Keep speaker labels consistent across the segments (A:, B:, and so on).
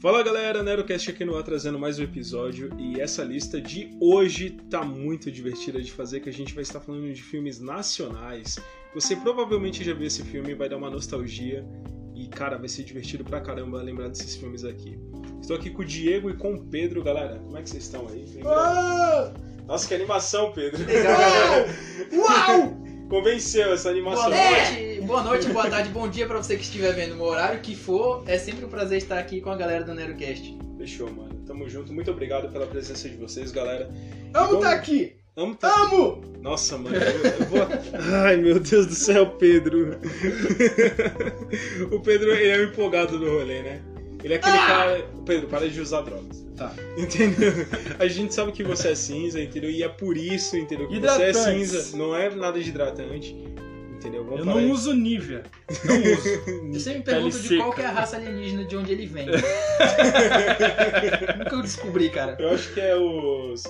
A: Fala galera, NeroCast aqui no ar trazendo mais um episódio e essa lista de hoje tá muito divertida de fazer, que a gente vai estar falando de filmes nacionais. Você provavelmente já viu esse filme, vai dar uma nostalgia e cara, vai ser divertido pra caramba lembrar desses filmes aqui. Estou aqui com o Diego e com o Pedro, galera. Como é que vocês estão aí? Bem-
B: Uau!
A: Nossa, que animação, Pedro!
C: Ah!
B: Uau!
A: Convenceu essa animação.
B: Boa
A: É.
B: noite, boa noite, boa tarde, bom dia pra você que estiver vendo no horário que for. É sempre um prazer estar aqui com a galera do NeroCast.
A: Fechou, mano. Tamo junto. Muito obrigado pela presença de vocês, galera.
B: Amo
A: tá
B: aqui!
A: Amo tá...
B: Amo!
A: Nossa, mano, eu, eu vou. Ai, meu Deus do céu, Pedro. o Pedro, ele é o empolgado do rolê, né? Ele é aquele
B: Ah!
A: cara. Pedro, para de usar drogas.
B: Tá.
A: Entendeu? A gente sabe que você é cinza, entendeu? E é por isso, entendeu? Que você é
C: Hidratantes.
A: cinza. Não é nada de hidratante. Entendeu? Vamos
C: Eu
A: parar
C: não
A: de-
C: uso Nivea. Não uso.
B: Eu sempre me pergunto
C: Pele
B: de
C: seca.
B: qual que é a raça alienígena de onde ele vem. Nunca eu descobri, cara.
A: Eu acho que é os.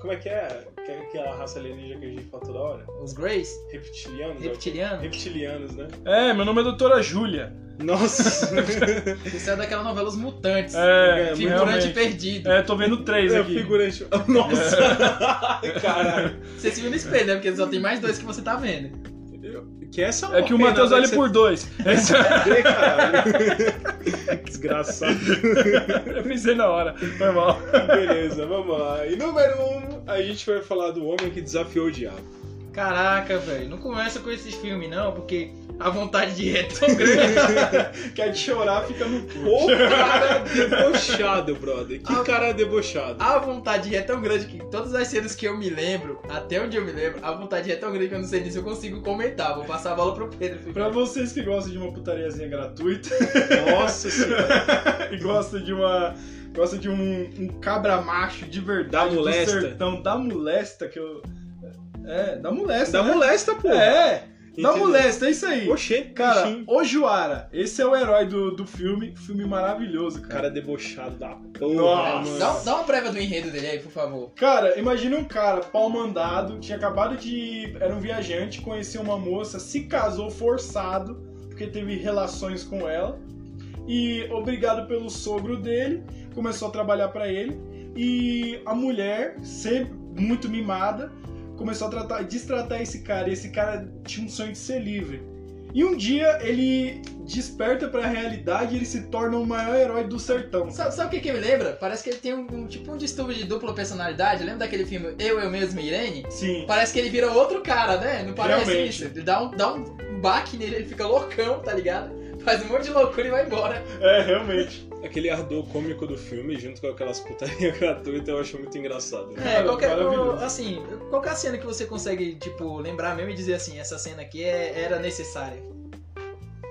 A: Como é que é? Que é aquela raça alienígena que a gente fala toda hora?
B: Os Greys?
A: Reptilianos? né?
B: Reptiliano?
A: Reptilianos, né?
C: É, meu nome é Doutora Júlia.
A: Nossa!
B: Isso é daquela novela Os Mutantes.
C: É,
B: Figurante
C: realmente.
B: perdido.
C: É, tô vendo três
A: é,
C: aqui. É.
A: figurante. Nossa! Caralho!
B: Você se viu no espelho, né? Porque só tem mais dois que você tá vendo.
A: Que essa
C: É que o
A: né?
C: Matheus olha por dois. Esse
A: por. caralho. tá Desgraçado.
C: eu pensei na hora. Foi mal.
A: Beleza, vamos lá. E número um, a gente vai falar do homem que desafiou o diabo.
B: Caraca, velho. Não começa com esses filmes, não, porque a vontade de rir é tão grande.
A: Que a de
C: Tá
A: chorar fica
C: um
A: no cu. Ô, cara debochado, brother. Que
B: Ah.
A: cara debochado.
B: A vontade é tão grande que todas as cenas que eu me lembro, até onde eu me lembro, a vontade é tão grande que eu não sei nem se eu consigo comentar. Vou passar a bola pro Pedro.
C: Pra vocês que gostam de uma putariazinha gratuita
A: Nossa senhora.
C: e gostam de uma. Gosta de um, um cabra macho de verdade
A: Da
C: do
A: molesta.
C: sertão, da molesta que eu. É, da molesta.
A: Da
C: né?
A: molesta, pô.
C: É, da
A: Entendeu?
C: molesta, é isso aí.
A: Oxê,
C: Cara,
A: bichinho.
C: o Juara, esse é o herói do, do filme, filme maravilhoso, cara.
A: Cara debochado da porra, né,
C: Nossa.
A: mano.
B: um, Dá, dá uma prévia do enredo dele aí, por favor.
C: Cara, imagina um cara pau mandado, tinha acabado de. Era um viajante, conheceu uma moça, se casou forçado, porque teve relações com ela. E obrigado pelo sogro dele, começou a trabalhar pra ele. E a mulher, sempre muito mimada, começou a tratar, destratar esse cara. E esse cara tinha um sonho de ser livre. E um dia ele desperta pra realidade e ele se torna o maior herói do sertão.
B: Sabe, sabe o que, que me lembra? Parece que ele tem um, um tipo um distúrbio de dupla personalidade. Lembra daquele filme Eu, Eu Mesmo e Irene?
C: Sim.
B: Parece que ele vira outro cara, né? Não parece
C: Realmente.
B: isso? Ele Dá um, dá um baque nele, ele fica loucão, tá ligado? Faz um monte de loucura e vai embora.
C: É, realmente.
A: Aquele ardor cômico do filme, junto com aquelas putarias gratuitas, eu acho muito engraçado. né?
B: É,
C: Cara,
B: qualquer,
C: maravilhoso.
B: assim, qualquer cena que você consegue, tipo, lembrar mesmo e dizer assim, essa cena aqui é- era necessária.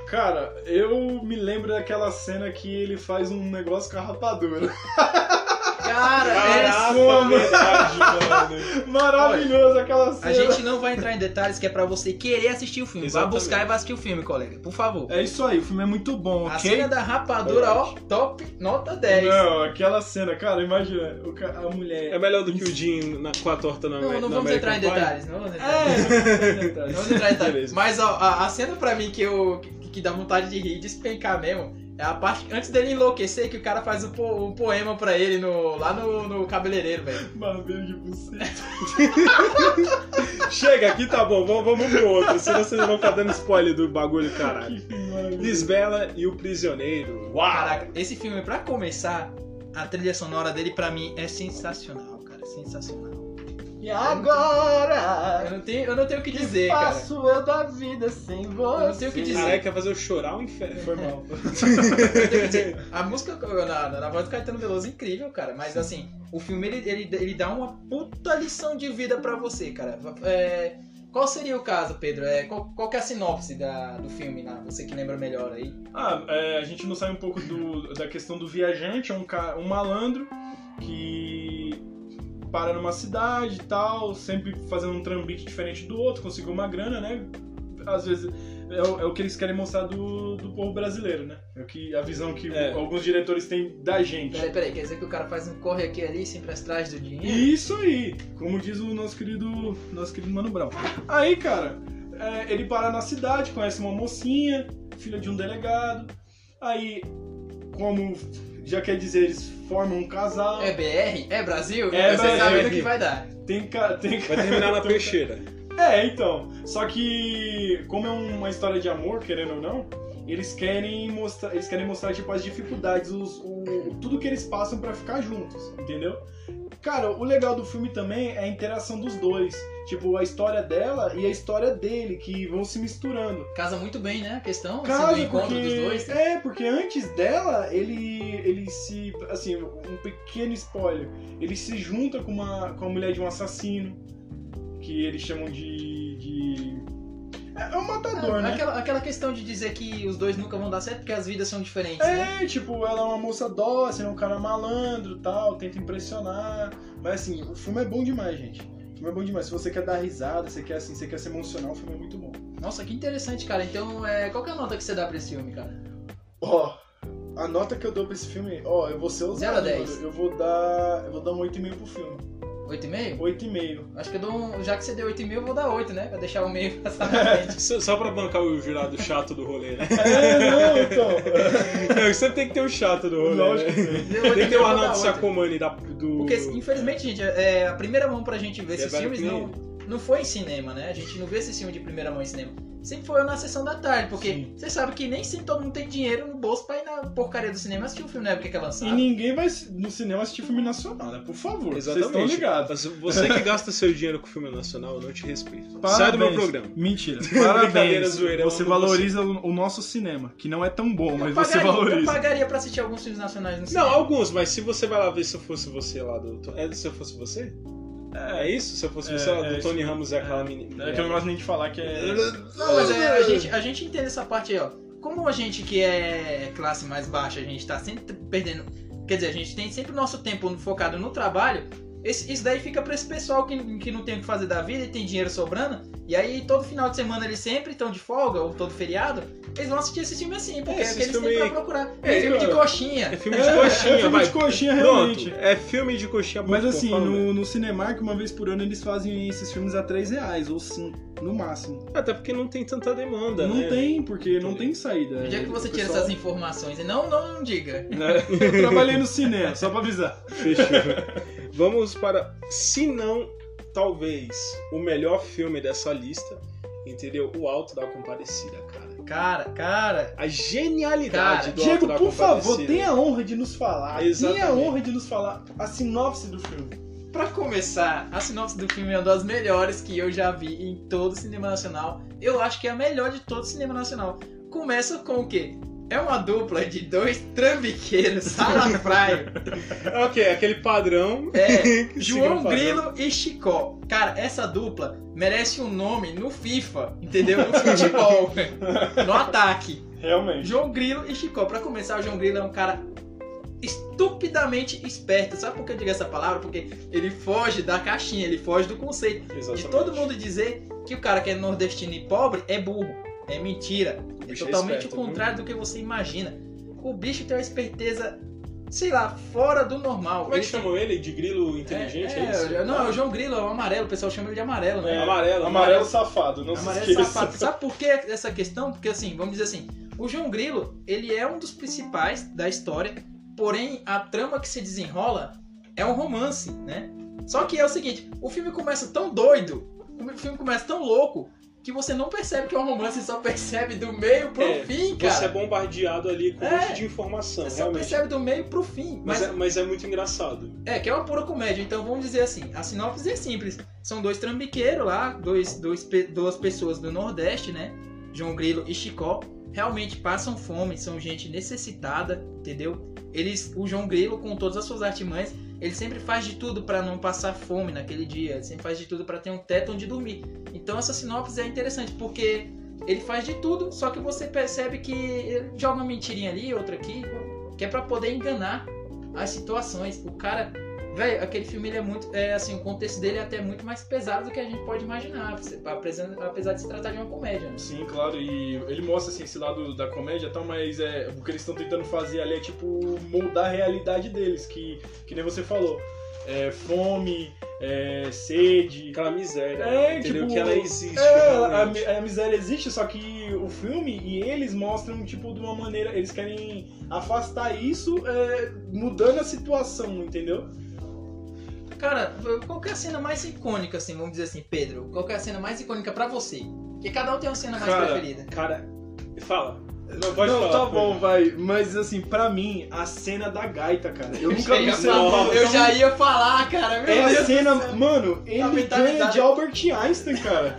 C: Cara, eu me lembro daquela cena que ele faz um negócio com a rapadura.
B: Cara, é-
A: Caraca, verdade, mano.
C: Maravilhoso aquela cena.
B: a gente não vai entrar em detalhes que é pra você querer assistir o filme.
A: Exatamente.
B: Vai buscar e vai assistir o filme, colega. Por favor.
C: É isso aí, o filme é muito bom,
B: A
C: ok?
B: cena é da rapadura, ó, top, nota 10.
C: Não, aquela cena, cara, imagina, o ca- a mulher.
A: É melhor do que o Jim na- com a torta na
B: Não,
A: na
B: não vamos entrar em
A: American Pie?
B: detalhes, não vamos entrar em detalhes. Não
C: É,
B: vamos entrar em detalhes.
A: Beleza.
B: Mas ó, a, a cena pra mim que, eu, que, que dá vontade de rir e despencar mesmo é a parte antes dele enlouquecer que o cara faz um, po- um poema pra ele no, lá no, no cabeleireiro, velho.
C: barbeiro de buceta.
A: Chega aqui, tá bom, vamos, vamos pro outro, senão vocês vão ficar dando spoiler do bagulho, caralho.
C: Que filme maravilhoso.
A: Lisbela e o Prisioneiro.
B: Caraca, esse filme, pra começar, a trilha sonora dele, pra mim, é sensacional, cara. Sensacional.
C: E
B: Eu
C: agora?
B: não tenho, eu não tenho o que dizer, cara.
C: Faço eu da vida sem você.
B: Eu não tenho o que dizer.
A: Caralho, quer fazer eu chorar o inferno.
C: Foi mal.
B: Eu tenho que dizer, A música na, na- na voz do Caetano Veloso é incrível, cara. Mas assim, o filme ele, ele, ele dá uma puta lição de vida pra você, cara. É, qual seria o caso, Pedro? É, qual, qual que é a sinopse da- do filme, né? Você que lembra melhor aí.
C: Ah, é, a gente não sai um pouco do- da questão do viajante, é um, ca- um malandro que para numa cidade e tal, sempre fazendo um trambique diferente do outro, conseguiu uma grana, né? Às vezes é o, é o que eles querem mostrar do, do povo brasileiro, né? É o que, a visão que
A: É.
C: alguns diretores têm da gente.
B: Peraí, peraí, quer dizer que o cara faz um corre aqui e ali, sempre atrás do dinheiro?
C: E Isso aí, como diz o nosso querido, nosso querido Mano Brown. Aí, cara, é, ele para na cidade, conhece uma mocinha, filha de um delegado. Aí como já quer dizer, eles formam um casal.
B: É BR? É Brasil?
C: É
B: Você sabe
C: BR.
B: do que vai dar.
C: Tem, ca- tem
A: Vai terminar na peixeira.
C: É, então. Só que como é uma história de amor, querendo ou não, eles querem mostrar, eles querem mostrar tipo as dificuldades, os, o, tudo que eles passam pra ficar juntos, entendeu? Cara, o legal do filme também é a interação dos dois, tipo a história dela e a história dele que vão se misturando.
B: Casa muito bem, né? A questão assim,
C: Casa,
B: do encontro
C: porque...
B: dos dois.
C: É, porque antes dela, ele, ele se. Assim, um pequeno spoiler. Ele se junta com uma, com a mulher de um assassino. Que eles chamam de. de... É é um matador,
B: Ah,
C: né?
B: aquela, aquela questão de dizer que os dois nunca vão dar certo porque as vidas são diferentes, né?
C: É, tipo, ela é uma moça dócil, é um cara malandro e tal, tenta impressionar. Mas assim, o filme é bom demais, gente. O filme é bom demais. Se você quer dar risada, você quer assim, você quer se emocionar, o filme é muito bom.
B: Nossa, que interessante, cara. Então, é, qual que é a nota que você dá pra esse filme, cara?
C: Ó, a nota que eu dou pra esse filme, ó, eu vou ser
B: Zero a
C: ousado.
B: dez.
C: mano. Eu vou dar. Eu vou dar um 8,5 pro filme.
B: 8,5?
C: 8,5.
B: Acho que eu dou um. Já que você deu 8,5, eu vou dar 8, né? Pra deixar o meio passar na frente.
A: Só só pra bancar o jurado chato do rolê, né?
C: É, não, então.
A: Não, sempre tem que ter o chato do rolê.
C: Lógico
A: né?
C: que sim.
B: Deu
A: Tem que
B: 8,5,
A: ter
B: eu
A: o
B: vou dar
A: Arnaldo
B: 8.
A: Sacomani da, do.
B: Porque, infelizmente, gente, é, a primeira mão pra gente ver
A: Que é
B: esses
A: Barry
B: filmes não, não foi em cinema, né? A gente não vê esse filme de primeira mão em cinema. Sempre foi na sessão da tarde, porque
C: Sim.
B: você sabe que nem sempre todo mundo tem dinheiro no bolso pra ir na porcaria do cinema assistir o filme na época que é
C: E
B: lançado.
C: ninguém vai no cinema assistir filme nacional, né? Por favor. Vocês
A: Exatamente.
C: estão ligados.
A: Mas Você que gasta seu dinheiro com filme nacional, eu não te respeito.
C: Parabéns.
A: Sai do meu programa.
C: Mentira.
A: Brincadeira,
C: Parabéns.
A: zoeira, eu
C: você
A: amo
C: valoriza o o nosso cinema, que não é tão bom, mas
B: eu,
C: você
B: pagaria, eu
C: valoriza.
B: pagaria pra assistir alguns filmes nacionais no cinema.
A: Não, alguns, mas se você vai lá ver se eu fosse você lá do. É se eu fosse você? É, isso? Se eu fosse
C: É,
A: você lá do
C: é isso.
A: Tony Ramos e aquela menina.
C: É que eu não gosto nem de falar que é.
B: Não, mas é, a, gente, a gente entende essa parte aí, ó. Como a gente que é classe mais baixa, a gente tá sempre perdendo. Quer dizer, a gente tem sempre o nosso tempo focado no trabalho. esse- isso daí fica pra esse pessoal que, que não tem o que fazer da vida e tem dinheiro sobrando. E aí, todo final de semana eles sempre estão de folga, ou todo feriado. Eles vão assistir esse filme assim, porque
A: É,
B: é, o que
A: esses
B: eles têm
A: filme-
B: pra procurar.
A: É,
B: É filme de
A: cara.
B: coxinha.
A: É filme de coxinha,
C: é filme
A: vai.
C: de coxinha,
A: Pronto,
C: realmente.
A: é filme de coxinha
C: Mas
A: ponto com,
C: assim,
A: fala mesmo.
C: no, no Cinemark, uma vez por ano, eles fazem esses filmes a 3 reais, ou 5, no máximo.
A: Até porque não tem tanta demanda,
C: não
A: né?
C: tem, porque não tem saída.
B: Onde é que você
C: O
B: tira
C: pessoal-
B: essas informações? E não, não, não diga.
C: Eu trabalhei no cinema, só pra avisar.
A: Fechou. Vamos para, se não, talvez, o melhor filme dessa lista, entendeu? O Alto da Compadecida, cara.
B: Cara, cara.
A: A genialidade
B: Cara,
A: do Alto
C: Diego,
A: da
C: por favor,
A: Compadecida.
C: tenha a honra de nos falar. Tenha a
A: Exatamente.
C: honra de nos falar a sinopse do filme.
B: Pra começar, a sinopse do filme é uma das melhores que eu já vi em todo o cinema nacional. Eu acho que é a melhor de todo o cinema nacional. Começa com o quê? É uma dupla de dois trambiqueiros, salafraio.
A: Ok, aquele padrão.
B: É,
A: que
B: João
A: seguiram o padrão.
B: Grilo e Chicó. Cara, essa dupla merece um nome no FIFA, entendeu? No futebol, no ataque.
C: Realmente.
B: João Grilo e Chicó. Pra começar, o João Grilo é um cara estupidamente esperto. Sabe por que eu digo essa palavra? Porque ele foge da caixinha, ele foge do conceito.
A: Exatamente.
B: De todo mundo dizer que o cara que é nordestino e pobre é burro. É mentira. É
A: bicho é
B: totalmente
A: esperto,
B: o contrário do que você imagina. O bicho tem uma esperteza, sei lá, fora do normal.
A: Como é que
B: Ele tem-
A: chamam ele? De grilo inteligente? É, isso?
B: é, Não, é o João Grilo, é o amarelo. O pessoal chama ele de amarelo, né?
A: É, amarelo.
C: Amarelo safado, né? não se
B: Amarelo
C: esqueça.
B: safado. Sabe por que essa questão? Porque assim, vamos dizer assim, o João Grilo, ele é um dos principais da história, porém a trama que se desenrola é um romance, né? Só que é o seguinte, o filme começa tão doido, o filme começa tão louco, que você não percebe que é um romance, só percebe do meio pro
A: É,
B: fim,
A: Você é
B: cara.
A: bombardeado ali com um
B: É.
A: monte de informação,
B: Você só
A: realmente.
B: percebe do meio pro fim.
A: Mas,
B: Mas,
A: é, mas é muito engraçado.
B: É, que é uma pura comédia. Então vamos dizer assim, a sinopse é simples. São dois trambiqueiros lá, dois, dois, pe- duas pessoas do Nordeste, né? João Grilo e Chicó. Realmente passam fome, são gente necessitada, entendeu? Eles, o João Grilo, com todas as suas artimanhas, ele sempre faz de tudo pra não passar fome naquele dia. Ele sempre faz de tudo pra ter um teto onde dormir. Então essa sinopse é interessante, porque ele faz de tudo, só que você percebe que ele joga uma mentirinha ali, outra aqui, que é pra poder enganar as situações. O cara, velho, aquele filme ele é muito, é assim, o contexto dele é até muito mais pesado do que a gente pode imaginar, você- apesar, apesar de se tratar de uma comédia. né?
C: Sim, claro, e ele mostra assim, esse lado da comédia e tal, mas é, o que eles estão tentando fazer ali é tipo moldar a realidade deles, que, que nem você falou. É, fome, é, sede.
A: Aquela miséria.
C: É,
A: entendeu?
C: tipo,
A: que ela existe.
C: É, a,
A: realmente.
C: a miséria existe, só que o filme e eles mostram, tipo, de uma maneira. Eles querem afastar isso é, mudando a situação, entendeu?
B: Cara, qual que é a cena mais icônica, assim, vamos dizer assim, Pedro? Qual que é a cena mais icônica pra você? Porque cada um tem uma cena mais
A: Cara,
B: preferida.
A: Cara, fala. Não, pode
C: não,
A: falar.
C: tá
A: Pedro.
C: bom, vai. Mas assim, pra mim, a cena da gaita, cara. Eu nunca
B: já
C: vi
B: ia
C: cena
B: falar,
C: tão-
B: eu já ia falar, cara. Meu
C: É a
B: Deus.
C: cena,
B: do céu.
C: mano, ele ganha
B: mentalidade-
C: de Albert Einstein, cara.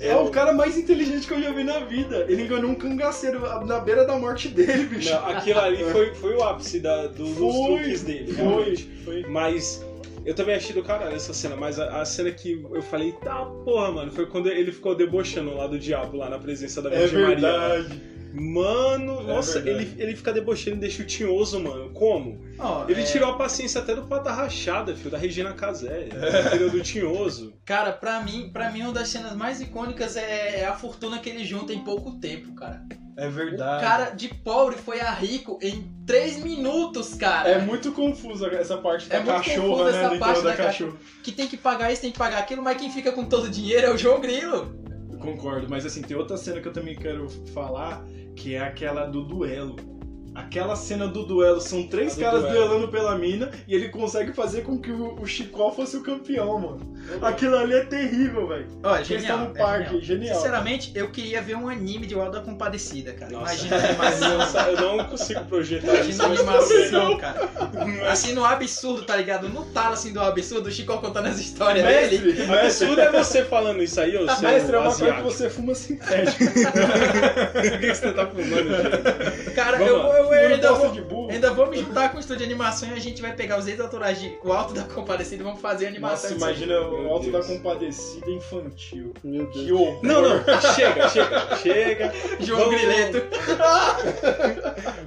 C: É o cara mais inteligente que eu já vi na vida. Ele enganou um cangaceiro na beira da morte dele, bicho.
A: Não, aquilo ali foi, foi o ápice da, do, dos
C: Foi,
A: truques dele,
C: foi,
A: realmente.
C: foi.
A: Mas eu também achei do caralho essa cena, mas a, a cena que eu falei, tá porra, mano, foi quando ele ficou debochando lá do diabo, lá na presença da
C: É
A: Virgem Maria. né?
C: verdade.
A: Mano,
C: É
A: nossa,
C: verdade.
A: ele, ele fica debochando e deixa o tinhoso, mano. Como?
B: Ó,
A: Ele
B: é,
A: tirou a paciência até do pata rachada, filho, da Regina Casé,
C: É.
A: entendeu? do tinhoso.
B: Cara, pra mim, pra mim, uma das cenas mais icônicas é, é a fortuna que ele junta em pouco tempo, cara.
C: É
B: O cara de pobre foi a rico em 3 minutos, cara.
C: É muito confusa essa parte da
B: É muito
C: cachorra,
B: confusa
C: né?
B: essa
C: da
B: parte
C: entrada da
B: da
C: cachorra.
B: Que tem que pagar isso, tem que pagar aquilo, mas quem fica com todo o dinheiro é o João Grilo.
C: Eu Concordo, mas assim, tem outra cena que eu também quero falar, que é aquela do duelo. Aquela cena do duelo, são três
A: A do
C: caras
A: duelo.
C: duelando pela mina e ele consegue fazer com que o, o Chicó fosse o campeão, mano. Aquilo ali é terrível, velho.
B: Ó,
C: Eles
B: genial,
C: estão tá no
B: é
C: parque,
B: genial.
C: genial.
B: Sinceramente, eu queria ver um anime de Wild da Compadecida, cara.
A: Nossa.
B: Imagina,
A: Mas
B: animação.
A: nossa, eu não consigo projetar isso.
B: Imagina a
A: mas
B: animação, assim, cara.
A: não é
B: Assim, no absurdo, tá ligado? No talo, assim, do absurdo, o Chico contando as histórias dele.
C: Mestre, mestre,
A: Absurdo é você falando isso aí, ô seu
C: mestre, é uma coisa que
A: asiático.
C: você fuma assim. sintético.
A: O que você tá fumando, gente?
B: Cara,
A: Vamos
B: eu,
A: lá.
B: eu, eu
C: Não
B: ainda,
C: gosta
B: vou,
C: de burro.
B: ainda vou me juntar com o estúdio de animação e a gente vai pegar os ex-autorais de O Alto da Comparecida e vamos fazer a animação.
C: Nossa,
B: disso aí.
C: imagina o
A: Meu
C: alto da
A: Deus.
C: compadecida infantil.
A: Meu
C: Que horror.
A: Não, não, chega, chega, chega.
C: um
B: João
A: Vamos-
B: Grileto.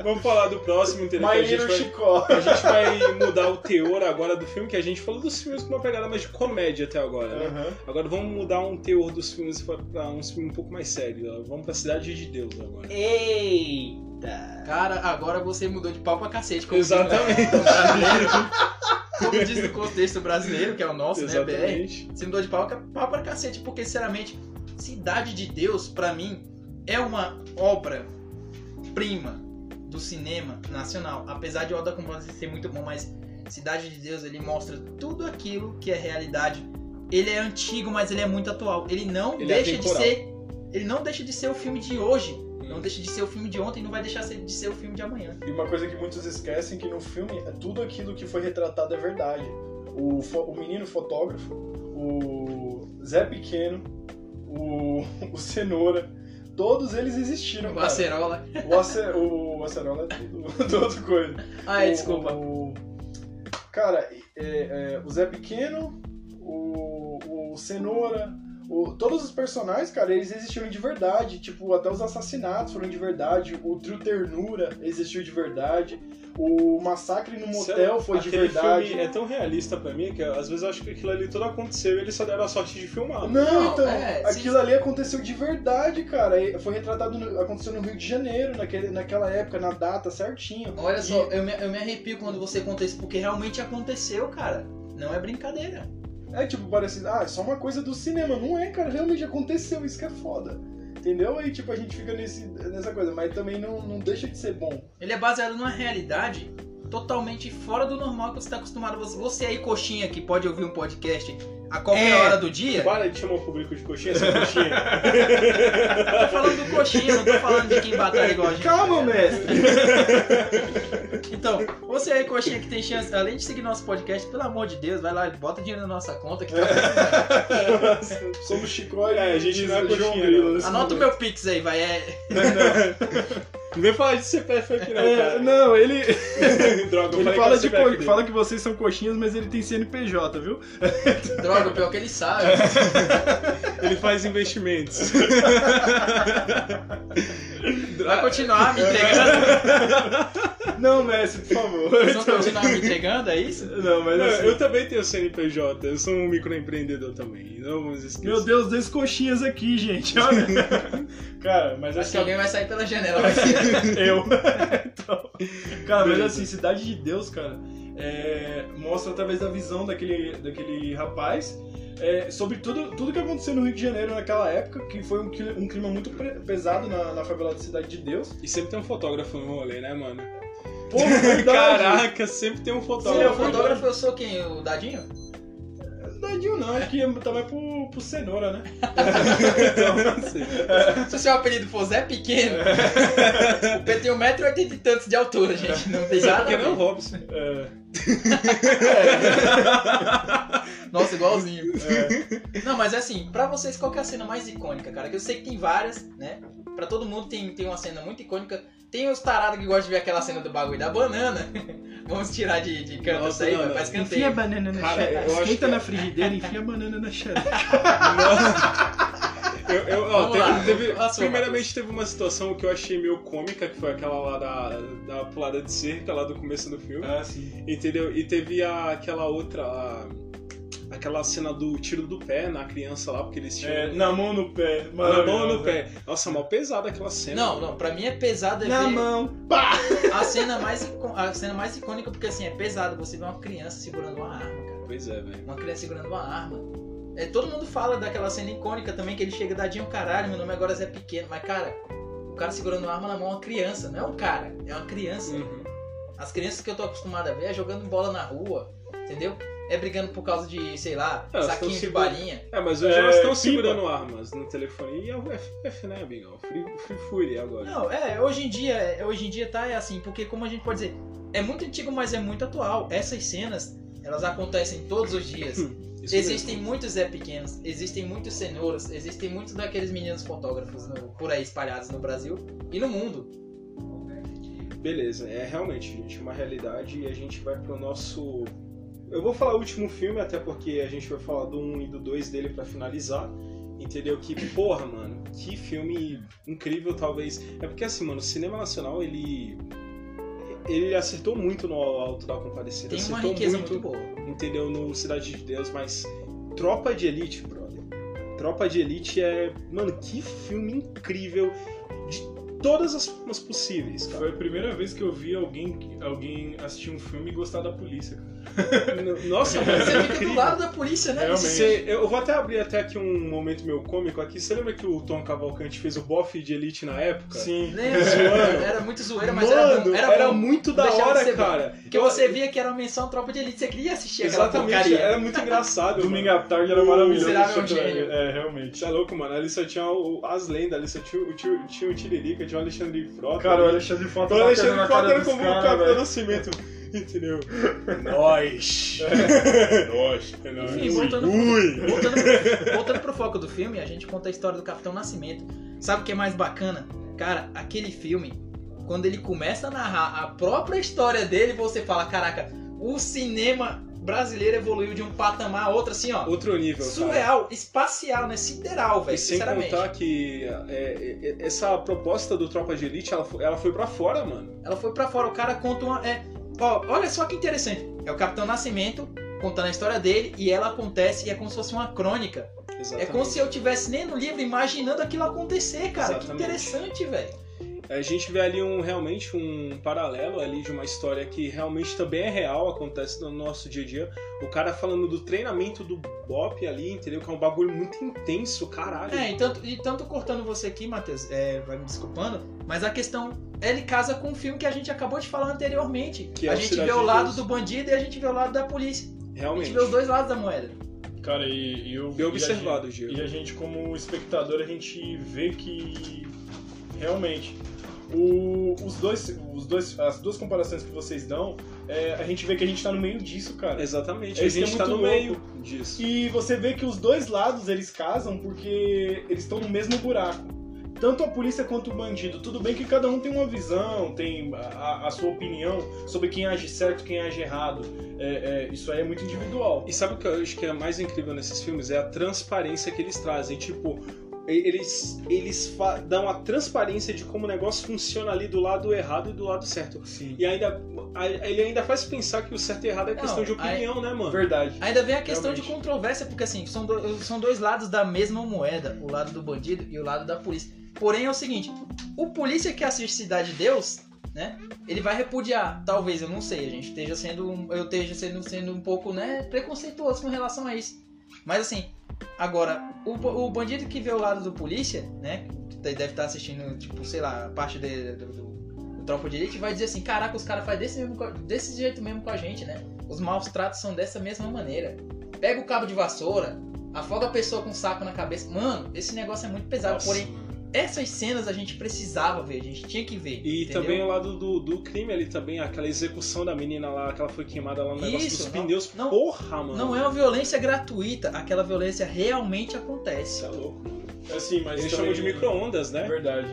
A: Vamos falar do próximo, entendeu? Que
C: My
A: a, gente
C: Little
A: vai,
C: Chicó.
A: a gente vai mudar o teor agora do filme, que a gente falou dos filmes com uma pegada mais de comédia até agora, né?
C: Aham.
A: Agora vamos mudar um teor dos filmes pra, pra uns filmes um pouco mais sérios. ó. Vamos pra Cidade de Deus agora.
D: Eita!
B: Cara, agora você mudou de pau pra cacete. Como diz-
A: Exatamente.
B: como diz o contexto brasileiro, que é o nosso, né, BR?
A: Exatamente.
B: Você mudou de pau, que é pau pra cacete, porque sinceramente, Cidade de Deus, pra mim, é uma obra prima do cinema nacional. Apesar de O da Compadecida ser muito bom, mas Cidade de Deus, ele mostra tudo aquilo que é realidade. Ele é antigo, mas ele é muito atual. Ele não
A: Ele é
B: deixa de
A: atemporal. Hum.
B: ser. Ele não deixa de ser o filme de hoje. Não deixa de ser o filme de ontem, não vai deixar de ser o filme de amanhã.
C: E uma coisa que muitos esquecem que no filme é tudo aquilo que foi retratado é verdade. O, fo- o menino fotógrafo, o Zé Pequeno, o, o Cenoura, todos eles existiram.
B: O
C: cara.
B: Acerola.
C: O, Ace, o Acerola é tudo, tudo coisa.
B: Ai,
C: O-
B: desculpa.
C: o- cara, é, é, o Zé Pequeno, o, o Cenoura, o- todos os personagens, cara, eles existiram de verdade. Tipo, até os assassinatos foram de verdade. O Trio Ternura existiu de verdade. O massacre no motel foi de
A: é Aquele
C: verdade.
A: filme é tão realista pra mim que às vezes eu acho que aquilo ali tudo aconteceu e eles só deram a sorte de filmar.
C: Não,
B: Não,
C: então,
B: é,
C: aquilo ali aconteceu de verdade, cara. E Foi retratado, no- aconteceu no Rio de Janeiro, naquele- naquela época, na data certinho.
B: Olha
C: E-
B: só, eu me, eu me arrepio quando você conta isso, porque realmente aconteceu, cara. Não é brincadeira.
C: É tipo, parece, ah, é só uma coisa do cinema. Não é, cara, realmente aconteceu, isso que é foda. Entendeu? Aí, tipo, a gente fica nesse, nessa coisa, mas também não, não deixa de ser bom.
B: Ele é baseado numa realidade totalmente fora do normal que você tá acostumado. Você, você aí, coxinha, que pode ouvir um podcast a qualquer
D: É.
B: hora do dia.
A: Para de chamar o público de coxinha, seu coxinha.
B: Eu tô falando do coxinha, não tô falando de quem batalha igual a gente.
C: Calma, mestre!
B: Então, você aí, coxinha, que tem chance, além de seguir nosso podcast, pelo amor de Deus, vai lá, bota dinheiro na nossa conta. Que tá precisando.
C: Somos Chicó e
A: É, a gente não é
C: João
A: coxinha,
C: Grilo né?
A: não.
C: nesse
B: Anota o
C: momento.
B: meu pix aí, vai. É...
A: Não vem falar de CPF aqui não,
C: É,
A: cara.
C: não, ele,
A: Droga, eu
C: ele
A: falei
C: fala,
A: que é
C: de
A: era CPF
C: co-
A: dele.
C: fala que vocês são coxinhas, mas ele tem CNPJ, viu?
B: Droga, o pior é que ele sabe.
A: Ele faz investimentos.
B: Vai continuar me entregando?
C: Não, mestre, por favor. Então,
B: Vocês vão continuar me entregando, é isso?
C: Não, mas
A: Não,
C: assim,
A: eu também tenho CNPJ, eu sou um microempreendedor também. Não vamos esquecer.
C: Meu Deus, dois coxinhas aqui, gente, olha. Cara, mas
B: Acho
C: assim,
B: que alguém vai sair pela janela, vai ser.
C: Eu. então, cara, mas assim, Cidade de Deus, cara, é, mostra através da visão daquele, daquele rapaz é, sobre tudo, tudo que aconteceu no Rio de Janeiro naquela época, que foi um, cli- um clima muito pre- pesado na, na favela da Cidade de Deus.
A: E sempre tem um fotógrafo no rolê, né, mano?
C: Pô, verdade!
A: Caraca, sempre tem um
B: Se ele é o
A: fotógrafo.
B: fotógrafo, eu sou quem? O Dadinho?
C: Dadinho não, acho que tá mais pro, pro cenoura, né? é um
A: Então, assim,
B: Se o seu apelido for Zé Pequeno,
A: É.
B: o P tem 1,80m e tantos de altura, gente. Não tem nada. a
A: Porque não é o
B: ver.
A: Robson.
C: É,
B: Nossa, igualzinho. Não, mas é assim, pra vocês, qual que é a cena mais icônica, cara? Que eu sei que tem várias, né? Pra todo mundo tem, tem uma cena muito icônica. Tem os tarados que gostam de ver aquela cena do bagulho da banana. Vamos tirar de, de canto
A: Nossa,
B: isso aí,
A: não,
B: mas
A: não.
B: faz
E: Enfia a
B: canteiro.
E: banana na
A: Cara, eu
E: xereca.
A: acho
E: Esquenta
A: que-
E: na frigideira, enfia a banana na xereca.
A: Eu, eu- ó,
B: Vamos
A: teve-
B: lá.
A: teve-
B: Nossa,
A: primeiramente teve uma situação que eu achei meio cômica, que foi aquela lá da, da pulada de cerca, lá do começo do filme.
C: ah, sim.
A: Entendeu? E teve a- aquela outra. a- aquela cena do tiro do pé na criança lá, porque eles tinham.
C: É, na mão no pé.
A: na mão
C: maravilhoso. né?
A: no pé. Nossa, mal pesada aquela cena.
B: Não, não, pra mim é pesado é
C: Na
B: ver
C: mão. Pá!
B: a cena, mais, icô- a cena mais icônica, porque assim, é pesado você ver uma criança segurando uma arma, cara.
A: Pois é, velho.
B: Uma criança segurando uma arma. É, todo mundo fala daquela cena icônica também, que ele chega dadinho, caralho, meu nome agora é Zé Pequeno. Mas, cara, o cara segurando uma arma na mão é uma criança, não é um cara, é uma criança.
A: Uhum.
B: As crianças que eu tô acostumado a ver é jogando bola na rua, entendeu? É brigando por causa de, sei lá,
A: É,
B: saquinho
A: são
B: de
A: seguro-
B: balinha.
A: É, mas hoje
C: É,
A: elas estão
C: pipa.
A: segurando armas no telefone. E é o FF, né, amigão? Free, free Fury agora.
B: Não, é, hoje em dia, é, hoje em dia tá é assim, porque como a gente pode dizer, é muito antigo, mas é muito atual. Essas cenas, elas acontecem todos os dias.
A: Isso
B: Existem
A: mesmo.
B: muitos Zé Pequenos, existem muitos cenouros, existem muitos daqueles meninos fotógrafos no- por aí espalhados no Brasil e no mundo.
A: Beleza, é realmente, gente, uma realidade e a gente vai pro nosso. Eu vou falar o último filme, até porque a gente vai falar do 1 e do 2 dele pra finalizar. Entendeu? Que porra, mano, que filme incrível, talvez. É porque assim, mano, o cinema nacional ele. Ele acertou muito no Alto da Compadecida.
B: Tem uma
A: acertou
B: riqueza muito, boa.
A: entendeu? No Cidade de Deus, mas Tropa de Elite, brother. Tropa de Elite é. Mano, que filme incrível de todas as formas possíveis, cara.
C: Foi a primeira vez que eu vi alguém, alguém assistir um filme e gostar da polícia, cara.
A: Nossa, mano,
B: Você
A: é
B: fica do
A: incrível.
B: lado da polícia, né?
C: Realmente.
A: Você- eu vou até abrir até aqui um momento meu cômico aqui. Você lembra que o Tom Cavalcante fez o bofe de Elite na época?
C: Sim.
B: Lembra?
A: Zoando.
B: Era muito né? zoeira, mas
A: Mano,
B: era bom. Era, bom.
A: muito da
B: Deixava
A: hora,
B: ser bom.
A: cara.
B: Porque você via que era uma menção à tropa de elite, você queria assistir aquela
A: Exatamente,
B: porcaria.
A: era muito engraçado. mano.
C: Domingo à tarde era
A: O
C: maravilhoso.
B: Miserável um
C: Isso,
B: Gênio.
C: É, realmente.
A: Você é louco, mano. Ali só tinha o- as lendas, ali só tinha o, tinha, o- tinha o Tiririca, tinha o Alexandre Frota.
C: Cara, o
A: ali.
C: Alexandre Frota
A: O Alexandre
C: batendo na cara
A: Frota
C: dos
A: como o
C: caras,
A: Capitão
C: velho.
A: Nascimento. Entendeu? Nós!
C: Nós.
A: É nóis.
B: Enfim, voltando,
A: Ui!
B: voltando, pro- voltando pro foco do filme, a gente conta a história do Capitão Nascimento. Sabe o que é mais bacana? Cara, aquele filme, quando ele começa a narrar a própria história dele, você fala: caraca, o cinema brasileiro evoluiu de um patamar a outro, assim, ó.
A: Outro nível, cara.
B: Surreal, espacial, né? Sideral, velho,
A: E sem
B: sinceramente.
A: contar que é, é, essa proposta do Tropa de Elite, ela foi, ela foi pra fora, mano.
B: Ela foi pra fora, o cara conta uma. É, ó, olha só que interessante. É o Capitão Nascimento contando a história dele e ela acontece e é como se fosse uma crônica. É
A: Exatamente.
B: como se eu tivesse lendo o livro imaginando aquilo acontecer, cara.
A: Exatamente.
B: Que interessante, velho.
A: A gente vê ali um, realmente um paralelo ali de uma história que realmente também é real, acontece no nosso dia a dia. O cara falando do treinamento do Bop ali, entendeu? Que é um bagulho muito intenso, caralho.
B: É, e tanto, e tanto cortando você aqui, Matheus, é, vai me desculpando, mas a questão ele casa com o filme que a gente acabou de falar anteriormente.
A: Que é
B: a
A: o
B: gente
A: Cidade
B: vê o
A: de
B: lado
A: Deus.
B: do bandido e a gente vê o lado da polícia. A
A: Realmente.
B: gente vê os dois lados da moeda.
C: Cara, e, e eu...
A: Bem observado,
C: E a,
A: Diego.
C: gente, e a gente, como espectador, a gente vê que... Realmente... o- os dois, os dois, as duas comparações que vocês dão, é, a gente vê que a gente tá no meio disso, cara.
A: Exatamente,
C: É
A: a
C: isso que é
A: gente tá no
C: muito
A: meio disso.
C: E você vê que os dois lados eles casam porque eles estão no mesmo buraco. Tanto a polícia quanto o bandido. Tudo bem que cada um tem uma visão, tem a, a sua opinião sobre quem age certo, quem age errado. É, é, isso aí é muito individual.
A: E sabe o que eu acho que é mais incrível nesses filmes? É a transparência que eles trazem. Tipo, e- eles, eles fa- dão a transparência de como o negócio funciona ali do lado errado e do lado certo.
C: Sim.
A: E ainda a- ele ainda faz pensar que o certo e errado é
B: Não,
A: questão de opinião, né, mano?
C: Verdade.
B: Ainda vem a questão de
C: Realmente.
B: controvérsia, porque assim, são, do- são dois lados da mesma moeda, o lado do bandido e o lado da polícia. Porém é o seguinte, o polícia que assiste Cidade de Deus, né? Ele vai repudiar, talvez, eu não sei, a gente esteja sendo, um- eu esteja sendo, sendo um pouco, né, preconceituoso com relação a isso. Mas assim, agora, o, ba- o bandido que vê o lado do polícia, né, que te- deve estar assistindo, tipo, sei lá, a parte de- do, do, do Tropa de Elite, vai dizer assim, caraca, os caras fazem desse, mesmo co- desse jeito mesmo com a gente, né? Os maus tratos são dessa mesma maneira. Pega o cabo de vassoura, afoga a pessoa com um saco na cabeça. Mano, esse negócio é muito pesado,
A: Nossa,
B: porém...
A: mano.
B: Essas cenas a gente precisava ver, a gente tinha que ver.
A: E
B: entendeu?
A: também o lado do, do crime ali também, aquela execução da menina lá, que ela foi queimada lá no negócio
B: Isso,
A: dos
B: não-
A: pneus.
B: não-
A: Porra, mano.
B: Não é uma violência gratuita, aquela violência realmente acontece.
A: Isso é louco.
C: Assim, mas
A: Eles chamam
C: também-
A: de micro-ondas,
C: É
A: né?
C: verdade.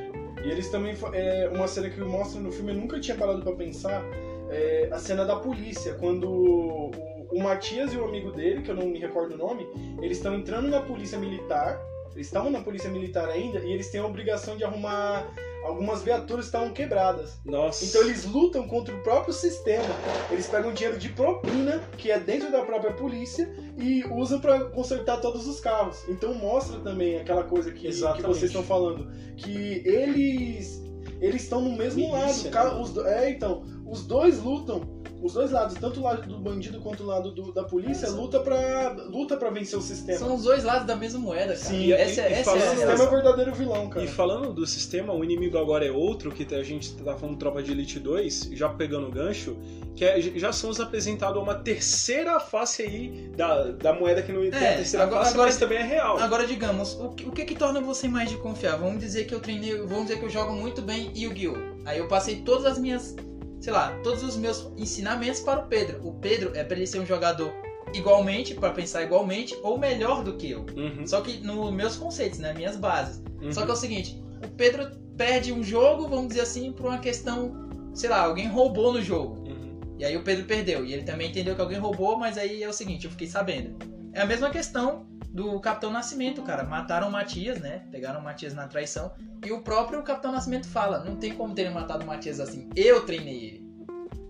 C: E eles também. fa- É, uma cena que mostra no filme, eu nunca tinha parado pra pensar, é a cena da polícia, quando o, o Matias e o amigo dele, que eu não me recordo o nome, eles estão entrando na polícia militar, eles estavam na polícia militar ainda, e eles têm a obrigação de arrumar. Algumas viaturas que estavam quebradas.
A: Nossa.
C: Então eles lutam contra o próprio sistema. Eles pegam dinheiro de propina, que é dentro da própria polícia, e usam pra consertar todos os carros. Então mostra também aquela coisa que, que
A: Exatamente.
C: vocês estão falando. Que eles. Eles estão no mesmo
A: Milícia, né?
C: lado. Ca- os do- é, então. Os dois lutam. Os dois lados, tanto o lado do bandido quanto o lado do- da polícia, luta pra, luta pra vencer o sistema.
B: São os dois lados da mesma moeda, cara.
A: Sim,
B: essa,
A: e-
B: é-
A: e
B: essa
C: O
A: falando
B: é a
A: nisso,
C: sistema é
B: relação.
C: o verdadeiro vilão, cara.
A: E falando do sistema, o inimigo agora é outro, que a gente tá falando Tropa de Elite 2, já pegando o gancho, que é- já são nos apresentado uma terceira face aí da, da moeda que não tem a terceira
B: agora-
A: face,
B: agora- Ah,
A: mas também é real.
B: Agora, digamos, o que, o que que torna você mais de confiar? Vamos dizer que eu treinei, vamos dizer que eu jogo muito bem Yu-Gi-Oh! Aí eu passei todas as minhas, sei lá, todos os meus ensinamentos para o Pedro. O Pedro é para ele ser um jogador igualmente, para pensar igualmente, ou melhor do que eu.
A: Uhum,
B: Só que nos meus conceitos, né? Minhas bases.
A: uhum.
B: Só que é o seguinte, o Pedro perde um jogo, vamos dizer assim, por uma questão, sei lá, alguém roubou no jogo.
A: Uhum.
B: E aí o Pedro perdeu. E ele também entendeu que alguém roubou, mas aí é o seguinte, eu fiquei sabendo. É a mesma questão do Capitão Nascimento, cara. Mataram o Matias, né? Pegaram o Matias na traição. E o próprio Capitão Nascimento fala: não tem como terem matado o Matias assim. Eu treinei ele.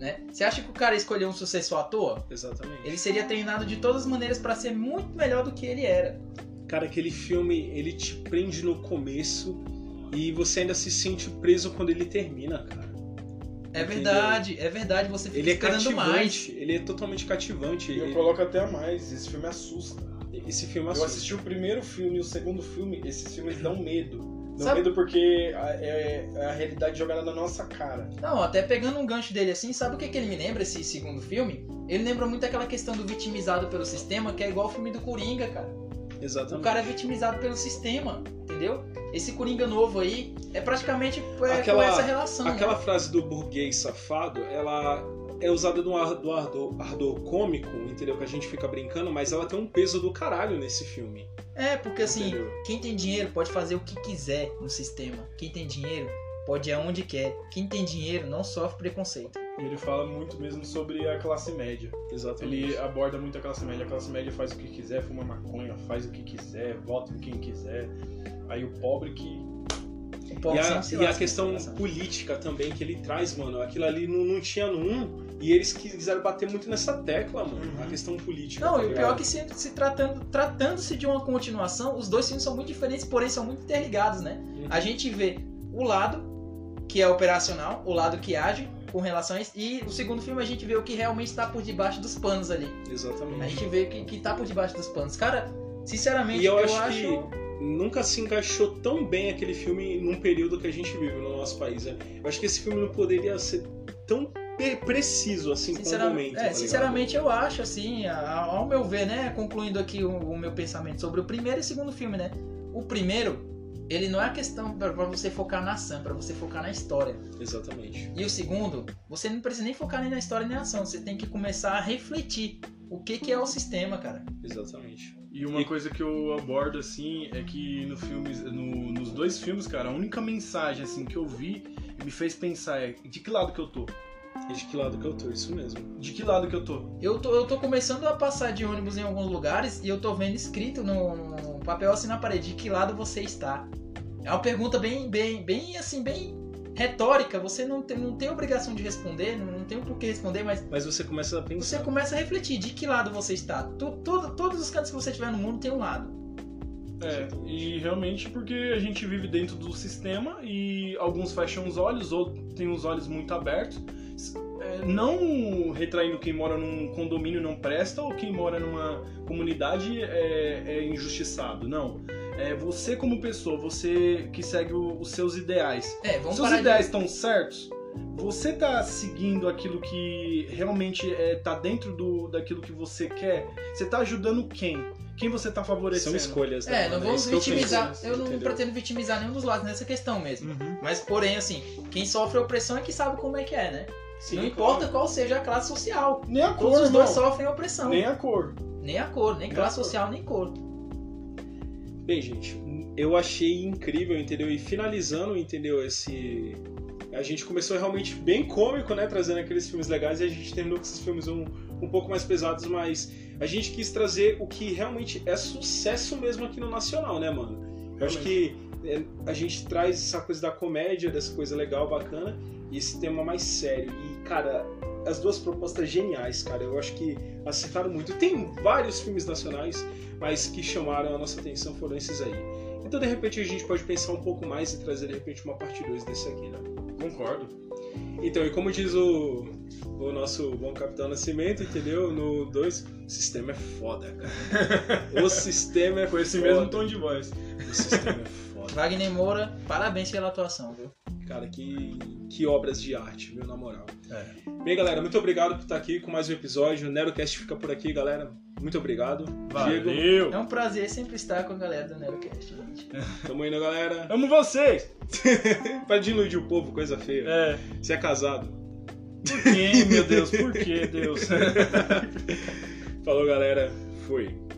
B: Né? Você acha que o cara escolheu um sucessor à toa?
A: Exatamente.
B: Ele seria treinado de todas as maneiras pra ser muito melhor do que ele era.
A: Cara, aquele filme, ele te prende no começo e você ainda se sente preso quando ele termina, cara.
B: É
A: Entendeu?
B: verdade, é verdade. Você fica
A: Ele é
B: esperando
A: cativante,
B: mais.
A: ele é totalmente cativante.
C: E eu
A: Ele-
C: coloco até mais, esse filme assusta.
A: Esse filme
C: Eu
A: assusta.
C: assisti o primeiro filme e o segundo filme, esses filmes dão medo. Dão
B: Sabe-
C: medo porque a- é, é a realidade jogada na nossa cara.
B: Não, até pegando um gancho dele assim, sabe o que, que ele me lembra, esse segundo filme? Ele lembra muito aquela questão do vitimizado pelo sistema, que é igual o filme do Coringa, cara. O
A: Exatamente.
B: cara é vitimizado pelo sistema, entendeu? Esse Coringa novo aí é praticamente é,
A: Aquela-
B: com essa relação. né?
A: Aquela frase do burguês safado, ela é usada de um ar- do ardor, ardor cômico, entendeu? Que a gente fica brincando, mas ela tem um peso do caralho nesse filme.
B: É, porque assim,
A: entendeu?
B: quem tem dinheiro pode fazer o que quiser no sistema. Quem tem dinheiro pode ir aonde quer. Quem tem dinheiro não sofre preconceito.
C: E ele fala muito mesmo sobre a classe média.
A: Exatamente.
C: Ele aborda muito a classe média. A classe média faz o que quiser, fuma maconha, faz o que quiser, vota em quem quiser. Aí o pobre que.
B: O
A: E
B: pobre
A: a,
B: sempre se
A: e a
B: lasca nessa
A: questão
B: relação.
A: política também que ele traz, mano. Aquilo ali não, não tinha no 1 e eles quiseram bater muito nessa tecla, mano.
C: Uhum.
A: A questão política.
B: Não,
A: tá
B: e o
A: ligado?
B: pior é que se, se tratando, tratando-se de uma continuação, os dois filmes são muito diferentes, porém são muito interligados, né? A gente vê o lado que é operacional, o lado que age com relação a isso, e o segundo filme a gente vê o que realmente está por debaixo dos panos ali. A
A: Exatamente.
B: gente vê o que, que tá por debaixo dos panos. Cara, sinceramente,
A: E eu
B: eu,
A: acho
B: acho,
A: que- Nunca se encaixou tão bem aquele filme num período que a gente vive no nosso país. né? Eu acho que esse filme não poderia ser tão pe- preciso assim com o
B: Sinceram-
A: momento.
B: é,
A: tá ligado?
B: sinceramente, eu acho, assim, a- a- ao meu ver, né? Concluindo aqui o, o meu pensamento sobre o primeiro e segundo filme, né? O primeiro, ele não é a questão pra pra você focar na ação, é pra você focar na história.
A: Exatamente.
B: E o segundo, você não precisa nem focar nem na história nem na ação, você tem que começar a refletir o que, que é o sistema, cara.
A: Exatamente.
E: E uma
A: E-
E: coisa que eu abordo, assim, é que no filme, no- nos dois filmes, cara, a única mensagem, assim, que eu vi e me fez pensar é de que lado que eu tô?
A: E de que lado que eu tô? Isso mesmo.
E: De que lado que eu tô?
B: Eu tô, eu tô começando a passar de ônibus em alguns lugares e eu tô vendo escrito no, no papel assim na parede, de que lado você está? É uma pergunta bem, bem, bem assim, bem retórica, você não tem, não tem obrigação de responder, não, não tem por que responder, mas
A: Mas você começa a
B: você
A: pensar.
B: começa a refletir de que lado você está. Tu- todo- todos os cantos que você tiver no mundo tem um lado.
C: É, e realmente porque a gente vive dentro do sistema e alguns fecham os olhos, outros têm os olhos muito abertos. S- é, não retraindo quem mora num condomínio não presta ou quem mora numa comunidade é, é injustiçado, não. É você como pessoa, você que segue o- os seus ideais.
B: É, vamos
C: Seus
B: parar
C: ideais estão certos? Você tá seguindo aquilo que realmente é, tá dentro do, daquilo que você quer? Você tá ajudando quem? Quem você tá
A: São
C: favorecendo?
A: escolhas,
B: de...
A: né?
B: É, não
A: mano?
B: vamos
A: isso que eu
B: vitimizar.
A: penso,
B: Eu, não
A: entendeu?
B: pretendo vitimizar nenhum dos lados nessa questão mesmo.
A: Uhum.
B: Mas, porém, assim, quem sofre opressão é que sabe como é que é, né?
F: Sim,
B: não
F: claro.
B: importa qual seja a classe social.
F: Nem a
B: Todos
F: cor,
B: os dois
F: irmão.
B: sofrem opressão.
F: Nem
B: Nem,
F: a cor.
B: a cor, nem,
F: nem
B: classe
F: a cor.
B: social, nem cor.
A: Bem, gente, eu achei incrível, entendeu? E finalizando, entendeu? Esse. A gente começou realmente bem cômico, né? Trazendo aqueles filmes legais e a gente terminou com esses filmes um, um pouco mais pesados, mas a gente quis trazer o que realmente é sucesso mesmo aqui no Nacional, né, mano? Eu acho que é, a gente traz essa coisa da comédia, dessa coisa legal, bacana, e esse tema mais sério. E, cara, as duas propostas geniais, cara. Eu acho que acertaram muito. Tem vários filmes nacionais mas que chamaram a nossa atenção foram esses aí. Então, de repente, a gente pode pensar um pouco mais e trazer, de repente, uma parte 2 desse aqui, né?
C: Concordo.
A: Então, e como diz o, o nosso bom Capitão Nascimento, entendeu? No 2, o sistema é foda, cara. O sistema é
C: Foi esse
A: foda.
C: mesmo tom de voz.
A: O sistema é foda.
B: Wagner Moura, parabéns pela atuação, viu?
A: Cara, que, que obras de arte, viu? Na moral.
C: É.
A: Bem, galera, muito obrigado por estar aqui com mais um episódio. O Nerocast fica por aqui, galera. Muito obrigado. Diego,
C: Valeu!
B: É um prazer sempre estar com a galera do Nerocast, gente.
A: tamo indo, galera.
C: Amo vocês!
A: Para de iludir o povo, coisa feia.
C: É.
A: Você é casado.
C: Por quê, meu Deus? Por que, Deus?
A: Falou, galera. Fui.